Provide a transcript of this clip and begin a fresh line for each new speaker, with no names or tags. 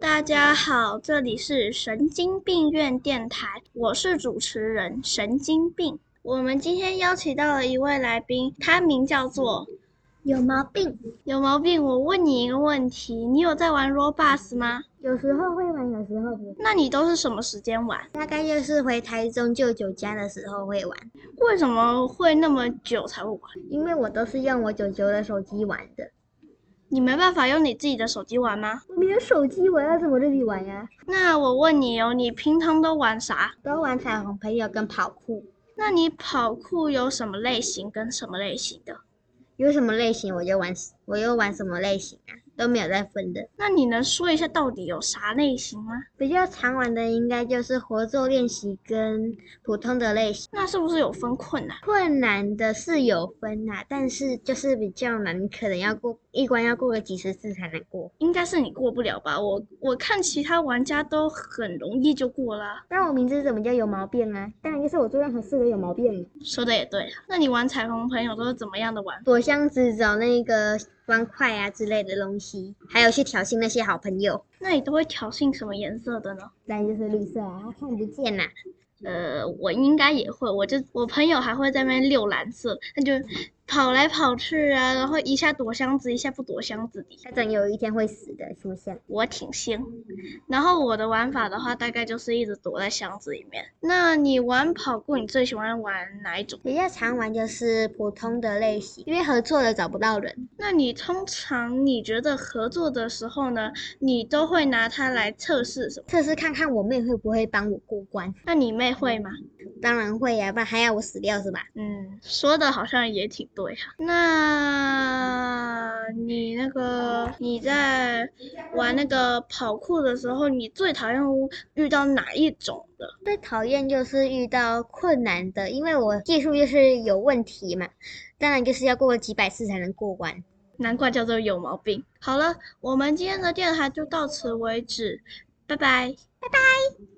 大家好，这里是神经病院电台，我是主持人神经病。我们今天邀请到了一位来宾，他名叫做
有毛病，
有毛病。我问你一个问题，你有在玩 Roblox 吗？
有时候会玩，有时候不会。
那你都是什么时间玩？
大概就是回台中舅舅家的时候会玩，
为什么会那么久才会玩？
因为我都是用我舅舅的手机玩的。
你没办法用你自己的手机玩吗？
我没有手机，我要怎么自己玩呀、
那我问你哦，你平常都玩啥？
都玩彩虹朋友跟跑酷，
那你跑酷有什么类型跟什么类型的？
有什么类型我就玩，我又玩什么类型啊，都没有在分的。
那你能说一下到底有啥类型吗？
比较常玩的应该就是合作练习跟普通的类型，
那是不是有分困难？
困难的是有分啦、但是就是比较难，可能要过一关要过个几十次才能过。
应该是你过不了吧？我我看其他玩家都很容易就过啦。
那我名字怎么叫有毛病啊？当然就是我做任何事都有毛病了。
说的也对啊。那你玩彩虹朋友都是怎么样的玩？
躲箱子找那个方块啊之类的东西，还有去挑衅那些好朋友。
那你都会挑衅什么颜色的呢？
当然就是绿色啊，他看不见呐、
呃，我应该也会，我就我朋友还会在那边溜蓝色，那就跑来跑去啊，然后一下躲箱子，一下不躲箱子的。
他总有一天会死的，是不是？
我挺仙。然后我的玩法的话，大概就是一直躲在箱子里面。那你玩跑酷，你最喜欢玩哪一种？
比较常玩就是普通的类型，因为合作的找不到人，
那你通常你觉得合作的时候呢，你都会拿它来测试什么？
测试看看我妹会不会帮我过关。
那你妹会吗？
当然会啊呀、不然还要我死掉是吧？
嗯，说的好像也挺对哈、那你那个你在玩那个跑酷的时候，你最讨厌遇到哪一种的？
最讨厌就是遇到困难的，因为我技术就是有问题嘛，当然就是要过个几百次才能过关。
难怪叫做有毛病。好了，我们今天的电台就到此为止，拜拜，拜拜。